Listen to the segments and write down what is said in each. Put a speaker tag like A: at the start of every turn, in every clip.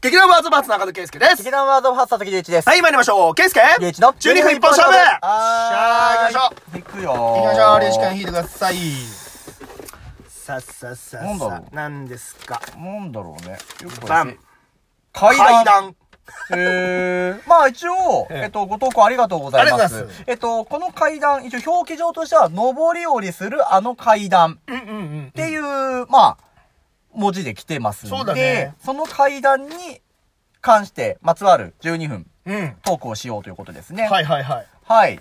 A: 劇団ワーズバーツの赤戸圭介です
B: 劇。団ワードファースト時隆一です。
A: はい、参りましょう。圭介
B: 隆一の
A: 12分一本勝負
B: よっし
A: ゃー、行きましょう。
B: 行くよ
A: 行きましょう。レシカン引いてください。さあさあさ
B: なんだろ
A: あ
B: う。
A: なんですか。
B: なんだろうね。よく
A: バン。
B: 階
A: 階
B: 段。
A: 段。
B: えー、まあ一応、
A: ええ
B: えっと、ご投稿ありがとうございます。
A: ありがとうござい
B: えっと、この階段、一応表記上としては、上り下りするあの階段
A: うんうんうん
B: っ。ていう、まあ、文字で来てますんで、
A: そうだね
B: その階段に関して、まつわる12分、
A: うん。
B: トークをしようということですね。。
A: はいいはいはい。
B: はい。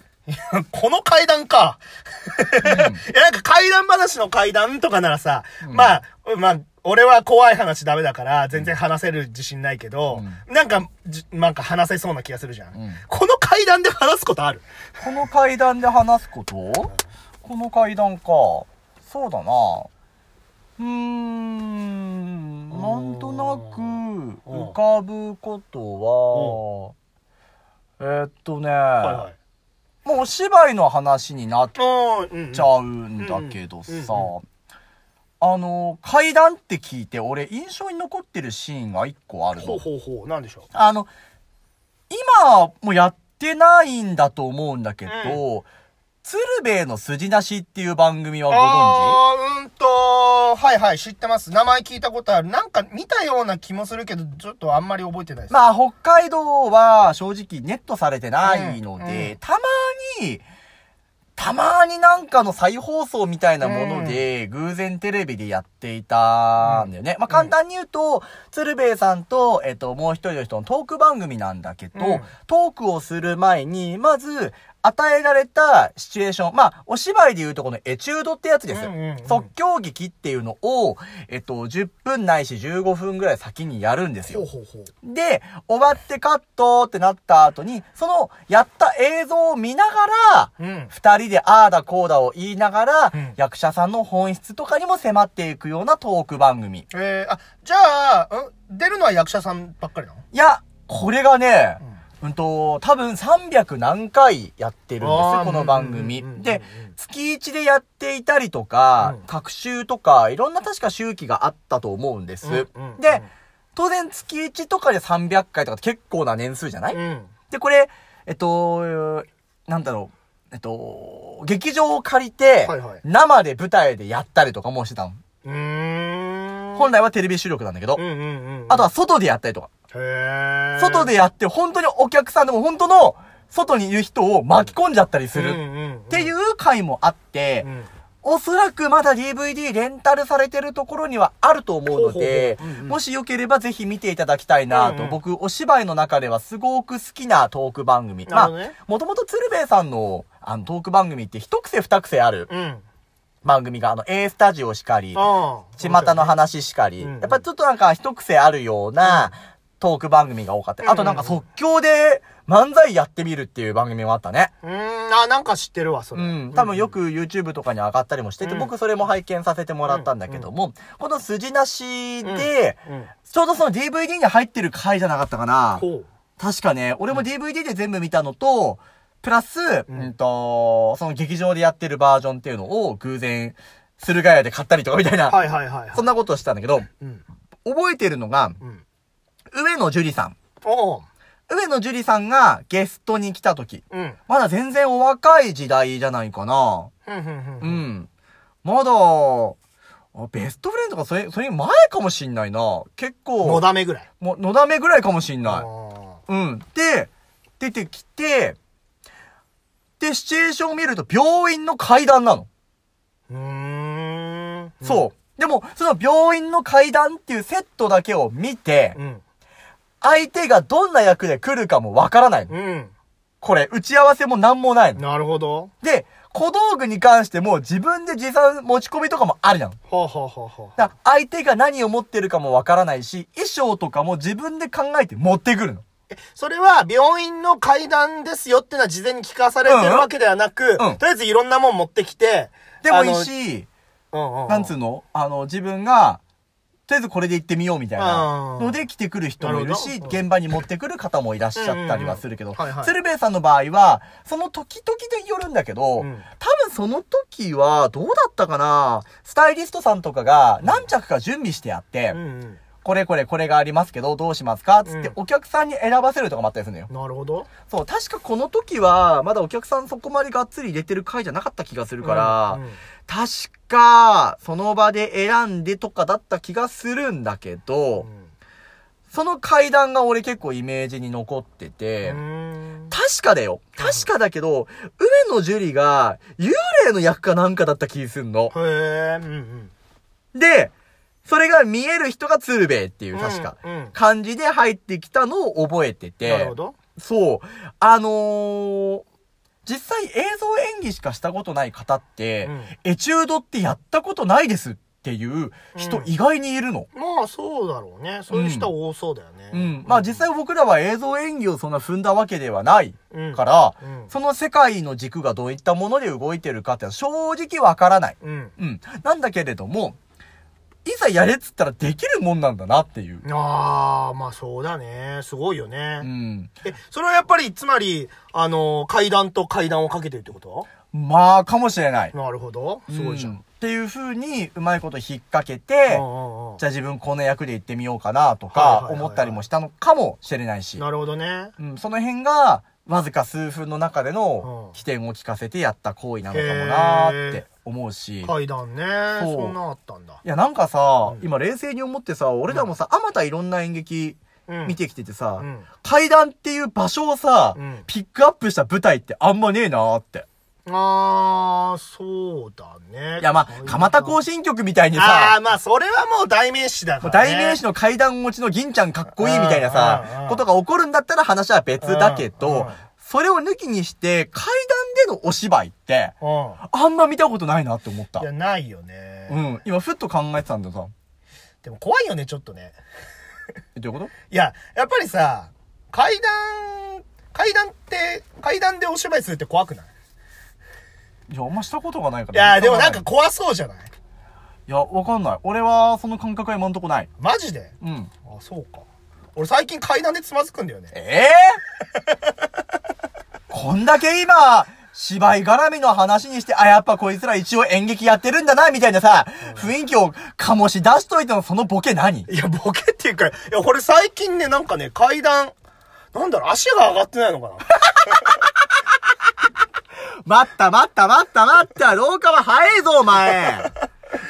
A: この階段か。 いや、なんか階段話の階段とかならさ、まあ、まあ、俺は怖い話ダメだから、全然話せる自信ないけど、なんか、じなんか話せそうな気がするじゃん。
B: ん
A: この階段で話すことある
B: この階段で話すことこの階段か。そうだな。うーん、なんとなく浮かぶことは、えーっとね、
A: はい。
B: もうお芝居の話になっち
A: うんうんうん。
B: ゃうんだけどさ、
A: うんうん
B: あの、階段って聞いて俺印象に残ってるシーンが一個あるの。
A: ほうほうほう、なんでしょ
B: あの、今もやってないんだと思うんだけど、鶴瓶の筋なしっていう番組
C: あ
B: は
C: あーうんと、はいはい、知ってます。名前聞いたことある。なんか見たような気もするけど、ちょっとあんまり覚えてないで
B: ご存知
C: す。
B: まあ、北海道は正直ネットされてないので、
C: うんう
B: たまに、たまになんかの再放送みたいなもので、偶然テレビでやっていたんだよね。まあ、簡単に言うと、鶴瓶さんと、えっと、もう一人の人のトーク番組なんだけど、
C: うん
B: トークをする前に、まず、与えられたシチュエーション。まあ、お芝居で言うとこのエチュードってやつです。
C: うんうんうん
B: 即興劇っていうのを、えっと、10分ないし15分ぐらい先にやるんです
C: ほ
B: よ。
C: うほうほう。
B: で、終わってカットってなった後に、その、やった映像を見ながら、
C: うん。
B: 二人でああだこうだを言いながら、
C: うん
B: 役者さんの本質とかにも迫っていくようなトーク番組。
C: えー、あ、じゃあ、うん出るのは役者さんばっかりなの
B: いや、これがね、うんと、多分300何回やってるんです
C: あー
B: この番組
C: うんうんうんう。ん
B: で、月1でやっていたりとか、
C: うん
B: 各週とか、いろんな確か周期があったと思うんです。
C: うんうん
B: で、当然月1とかで300回とかって結構な年数じゃない、
C: うん。
B: で、これ、えっと、なんだろう、えっと、劇場を借りて、
C: はいはい
B: 生で舞台でやったりとかもしてたの。
C: うーん。
B: 本来はテレビ収録なんだけど、
C: うんうんうん。
B: あとは外でやったりとか。
C: へえ。
B: 外でやって、本当にお客さんでも本当の外にいる人を巻き込んじゃったりす
C: うんう
B: る。
C: んうん。
B: っていう回もあって、
C: うん。
B: おそらくまだ DVD レンタルされてるところにはあると思うので
C: ほうほうほううんう、ん
B: もしよければぜひ見ていただきたいな
C: うん
B: と、
C: うん
B: 僕お芝居の中ではすごく好きなトーク番組。ま
C: な
B: あ
C: るほどね、
B: もともと鶴瓶さんのあのトーク番組って一癖二癖ある
C: うん。
B: 番組が、あの A スタジオしかり、
C: ああ。
B: 巷の話しかり、
C: うんうん
B: やっぱちょっとなんか一癖あるようなトーク番組が多かった。あとなんか即興で漫才やってみるっていう番組もあったね。
C: うーん、あ、なんか知ってるわ、そうれ。
B: ん。多分よく YouTube とかに上がったりもしてて、
C: うん
B: 僕それも拝見させてもらったんだけども、この筋なしで、
C: うん。うん。
B: ちょうどその DVD に入ってる回じゃなかったかな。
C: ほう。
B: 確かね、俺も DVD で全部見たのと、プラス、うん、と、その劇場でやってるバージョンっていうのを偶然、駿河屋で買ったりとかみたいな、
C: はいはいはいはい。
B: そんなことをしたんだけど、
C: うん。
B: 覚えてるのが、
C: うん。
B: 上野樹里さん。
C: おう。
B: 上野樹里さんがゲストに来た時。
C: うん。
B: まだ全然お若い時代じゃないかな。
C: うんうんう。
B: うんん。まだ、あベストフレンドがそれ、それ前かもしんないな。結構、
C: のだめぐらい。
B: もう、のだめぐらいかもしんない。
C: あ
B: うん。で、出てきて、で、シチュエーションを見ると病院の階段なの。
C: ーうーん。
B: そう。でも、その病院の階段っていうセットだけを見て、
C: うん。
B: 相手がどんな役で来るかもわからないの。
C: うん。
B: これ、打ち合わせもなんもないの。
C: なるほど。
B: で、小道具に関しても自分で持参持ち込みとかもあるじゃん。
C: ほうほうほうほう。
B: だから相手が何を持ってるかもわからないし、衣装とかも自分で考えて持ってくるの。
C: それは、病院の階段ですよってのは事前に聞かされてるわけではなく、
B: うん
C: とりあえずいろんなもん持ってきて、
B: でもいいし、
C: あの、うんうん、
B: なんつう
C: う
B: のあの、自分が、とりあえずこれで行ってみようみたいな
C: うん
B: ので来てくる人もいる
C: な
B: し、
C: るほど
B: 現場に持ってくる方もいらっしゃったりはするけど
C: うんうんうんはいは、い
B: 鶴瓶さんの場合は、その時々でよるんだけ
C: う
B: ど、
C: ん
B: 多分その時はどうだったかなスタイリストさんとかが何着か準備してあって、
C: うんうん。
B: これこれこれがありますけど、どうしますかつって
A: うん
B: お客さんに選ばせるとかもあったりするのよ。
A: なるほど。
B: そう、確かこの時は、まだお客さんそこまでがっつり入れてる回じゃなかった気がするから、
A: うんうん
B: 確か、その場で選んでとかだった気がするんだけど、その階段が俺結構イメージに残ってて、
A: うん
B: 確かだよ。確かだけど、上野樹里が幽霊の役かなんかだった気すんの。
A: へえ、うんうん。
B: で、それが見える人が鶴瓶っていう確か、
A: うんうん
B: 感じで入ってきたのを覚えてて、
A: なるほど。
B: そう。あのー実際映像演技しかしたことない方って、エチュードってやったことないですっていう人意外にいるの。
A: まあそうだろうね。そういう人は多そうだよね。
B: うん。まあ実際僕らは映像演技をそんな踏んだわけではない
A: うん
B: から、
A: うん
B: その世界の軸がどういったもので動いてるかってのは正直わからない。
A: うん。
B: うん。なんだけれども、いざやれっつったらできるもんなんだなっていう。
A: ああ、まあそうだね。すごいよね。
B: うん。
A: え、それはやっぱり、つまり、あの階段と階段をかけてるってこと
B: まあ、かもしれない。
A: なるほど。すごいじゃ
B: うんっ。ていう風に、うまいこと引っ掛けて
A: う、んうんうん
B: じゃあ自分この役で行ってみようかなと
A: はいはいはい
B: か
A: はい
B: 思ったりもしたのかもしれないし、
A: なるほどね。
B: うん、その辺が、わずか数分の中で
A: う
B: の
A: ん
B: 起点を聞かせてやった行為なのかもなーって思うし、
A: 階段ね。
B: そう
A: そんなあったんだ。
B: いや、なんかさ、
A: うん
B: 今冷静に思ってさ、俺らもさ、あまたいろんな演劇
A: うん
B: 見てきててさ、
A: うん
B: 階段っていう場所をさ、
A: うん
B: ピックアップした舞台ってあんまねえなーって。
A: あー、そうだね。
B: いや、まあ、蒲田行
A: 師
B: 進曲みたいに
A: あ
B: さ
A: あー、、まあ、それはもう代名詞だ
B: もう
A: から、ね。
B: 代名詞の階段落ちの銀ちゃんかっこいいみた
A: う
B: いな
A: んうんう
B: さ
A: ん、
B: ことが起こるんだったら話は別だ
A: う
B: け
A: んう
B: ど
A: ん、
B: それを抜きにして、階段でのお芝居って、
A: の。
B: あんま見たことないなって思った
A: うん。い。や、ないよね。
B: うん。今、ふっと考えてたんだよさ。
A: でも怖いよね、ちょっとね。
B: え、どういうこ
A: いや、やっぱりさ、階段、階段って、階段でお芝居するって怖くない
B: といや、あんましたことがないか
A: い
B: ら。
A: や、でもなんか、怖そうじゃない
B: いや、わかんない。俺は、その感覚は今んとこない。
A: マジで
B: うん。
A: あ、そうか。俺最近階段でつまずくんだよね。
B: ええ こんだけ今、芝居絡みの話にして、あ、やっぱこいつら一応演劇やってるんだな、みたいなさ、雰囲気を醸し出しといてのそのボケ何
A: いや、ボケっていうか、いや、これ最近ね、なんかね、階段、なんだろう、足が上がってないのかな
B: 待った待った待った待った廊下は早いぞお前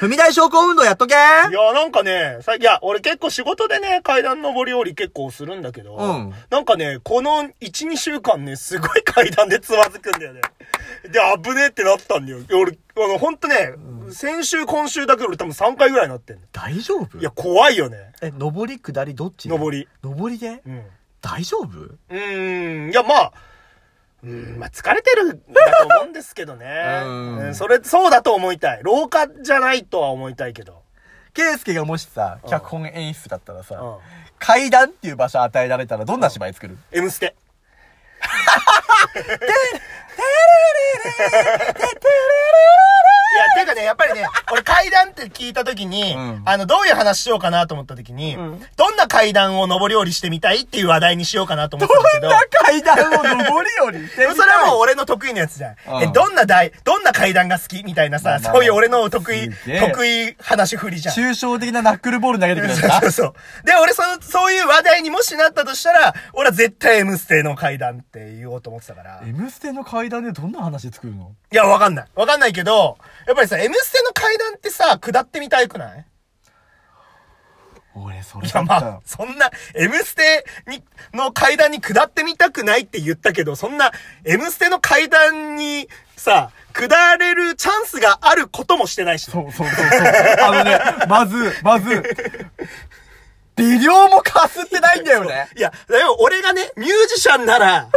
B: 踏み台昇降運動やっとけ
A: いや、なんかね、最近、いや、俺結構仕事でね、階段登り降り結構するんだけど、
B: うん
A: なんかね、この1、2週間ね、すごい階段でつまずくんだよね。で、危ねえってなったんだよ。いや俺、あの、ほんとね、先週、今週だけで俺多分3回ぐらいなってんの
B: 大丈夫
A: いや、怖いよね。
B: え、上り下りどっち
A: 上り。
B: 上りで
A: うん。
B: 大丈夫。
A: うーん、いや、まあ、うーん、まあ、疲れてるんだと思うんですけどね
B: うん
A: うんそれ、そうだと思いたい。廊下じゃないとは思いたいけど。
B: ケイスケがもしさ、脚本演出だったら
A: う
B: さ
A: ん、。
B: 階段っていう場所与えられたらどんな芝居作る
A: M ステ。いや、ていうかね、やっぱりね、俺階段って聞いたときに、
B: うん
A: あの、どういう話しようかなと思ったときに、どんな階段を上り下りしてみたいっていう話題にしようかなと思ったんだけ
B: ど
A: ど
B: ん、な階段を上り下りして
A: で
B: みた
A: も
B: い
A: それはもう俺の得意なやつじゃん。
B: うん
A: え、どんな台、どんな階段が好きみたいな
B: ま
A: さ
B: あ、まあまあ
A: そういう俺の得意、
B: すげえ
A: 得意話振りじゃん。
B: 抽象的なナックルボール投げてくれ るん
A: そう
B: だ
A: そうそう。で、俺そ、そういう話題にもしなったとしたら、俺は絶対 M ステの階段って言おうと思ってたから。い
B: M ステの階段でどんな話作るの
A: や、わかんない。わかんないけど、やっぱりさ、M ステの階段ってさ、下ってみたくない
B: 俺、それ
A: い
B: だ
A: や、
B: っ
A: ま
B: た
A: あ
B: ら、。
A: そんな、M ステに、の階段に下ってみたくないって言ったけど、そんな、M ステの階段に、さ、下れるチャンスがあることもしてないしね、
B: そうそうそうそう。あの ね、まず、まず、微量もかすってないんだよね。
A: いや、でも俺がね、ミュージシャンな ら、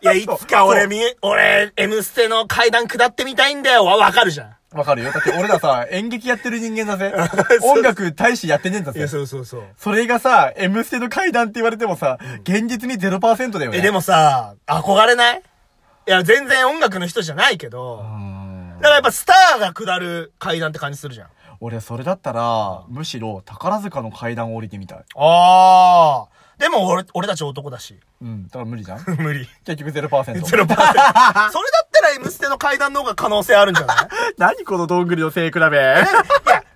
A: いや、いつか俺み、俺、M ステの階段下ってみたいんだよはわかるじゃん。
B: わかるよ。だって俺らさ、演劇やってる人間だ ぜ。音楽大使やってねえんだぜ。
A: うそうそう。
B: それがさ、M ステの階段って言われてもさ、現実に0%だよね。
A: え、で
B: も、
A: もさ、憧れないいや、全然音楽の人じゃないけど、だからやっぱスターが下る階段って感じするじゃん。
B: 俺それだったら、むしろ宝塚の階段を降りてみたい。
A: あー。でも俺、俺たち男だ し。
B: うん。だから無 理じゃん
A: 無理。
B: 結局0%。
A: 0%。それだ ったら M ステの階段の方が可能性あるんじゃない
B: 何このどんぐりの背比べ。
A: いや、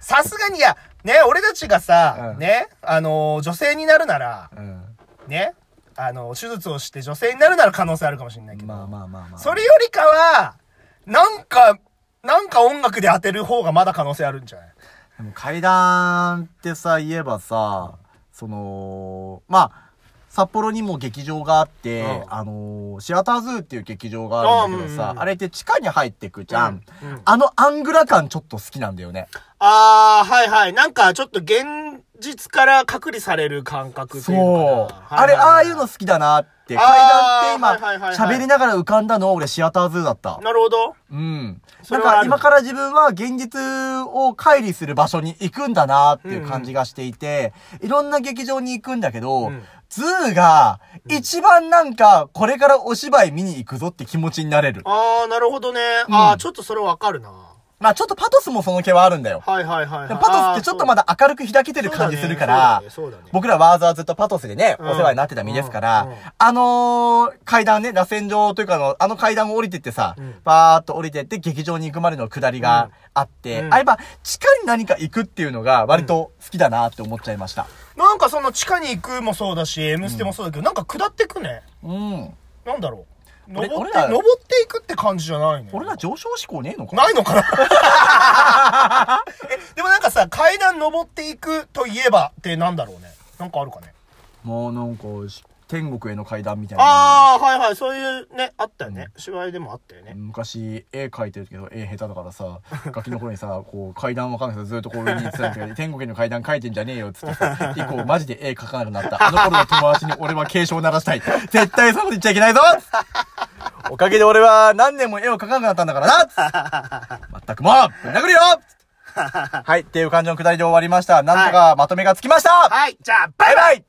A: さすがに、いや、ね、俺たちがさ、
B: うん
A: ね、あのー女性になるなら、
B: うん。
A: ね、あの手術をして女性になるなら可能性あるかもしれないけど、
B: まあまあまあまあ。
A: それよりかは、なんか、なんか音楽で当てる方がまだ可能性あるんじゃない
B: でも階段ってさ、言えばさ、その、まあ、札幌にも劇場があって、
A: うん
B: あのーシアターズーっていう劇場があるんだ
A: あ
B: けど
A: うん
B: さ、
A: うんうん
B: あれって地下に入ってくじゃん。
A: うんうん
B: あのアングラ感ちょっと好きなんだよね。
A: あー、はいはい。なんかちょっと現実から隔離される感覚って
B: そ。
A: いううのかな
B: あれ、ああいうの
A: は
B: 好きだなって。階
A: あー
B: 段って
A: はいはいは
B: 今、
A: いはい
B: 喋りながら浮かんだの俺シアターズーだった
A: い。なるほど。
B: うん。
A: そ
B: な
A: れ
B: ん
A: はあ
B: か
A: る
B: 今から自分は現実を乖離する場所に行くんだなっていう感じがしていて、いろんな劇場に行くんだけど、
A: うん
B: ズーが一番なんかこれからお芝居見に行くぞって気持ちになれる。
A: あー、なるほどね。
B: ん
A: あー、ちょっとそれわかるな。
B: まあちょっとパトスもその気はあるんだよ。
A: はいはいはいはい。
B: でもパトスってちょっとま
A: だ
B: だ明るく開けてる感じするから、
A: そうだね。そうだね
B: 僕らわざわざずっとパトスでね、
A: うん
B: お世話になってた身ですから、
A: うんうん
B: あのー階段ね、螺旋状というかあの、あの階段を降りてってさ、
A: うん
B: バーっと降りてって劇場に行くまでの下りがあって、
A: うん
B: あ、やっぱ地下に何か行くっていうのが割と好きだなって思っちゃいました。
A: なんかその地下に行くもそうだし、M ステもそうだけど、なんか下ってくね。
B: うん。
A: なんだろう。登
B: 俺
A: っ
B: 俺
A: て、
B: ら
A: 登っていくって感じじゃないね。
B: 俺ら上昇志向ねえのか
A: ないの かなえ、でもなんかさ、階段登っていくといえばってなんだろうね。なんかあるかね。
B: もうなんか、天国への階段みたいな。
A: ああ、はいはい、そういうね、あったよね。芝居でもあったよね。
B: 昔、絵描いてるけど、絵下手だからさ、 ガキの頃にさ、こう、階段わかんないけど、ずっとこう上に行ってたんだけ ど、天国への階段描いてんじゃねえよ、つってさ、以降、マジで絵描かなくなった。あの頃の友達に俺は警鐘を鳴らしたい。絶対そういうこと言っちゃいけないぞ おかげで俺は何年も絵を描かなくなったんだからな まったくもう、ぶん殴るよはい、っていう感じのくだりで終わりました。なんとかまとめがつきました、
A: はい、じゃあ、
B: バイバイ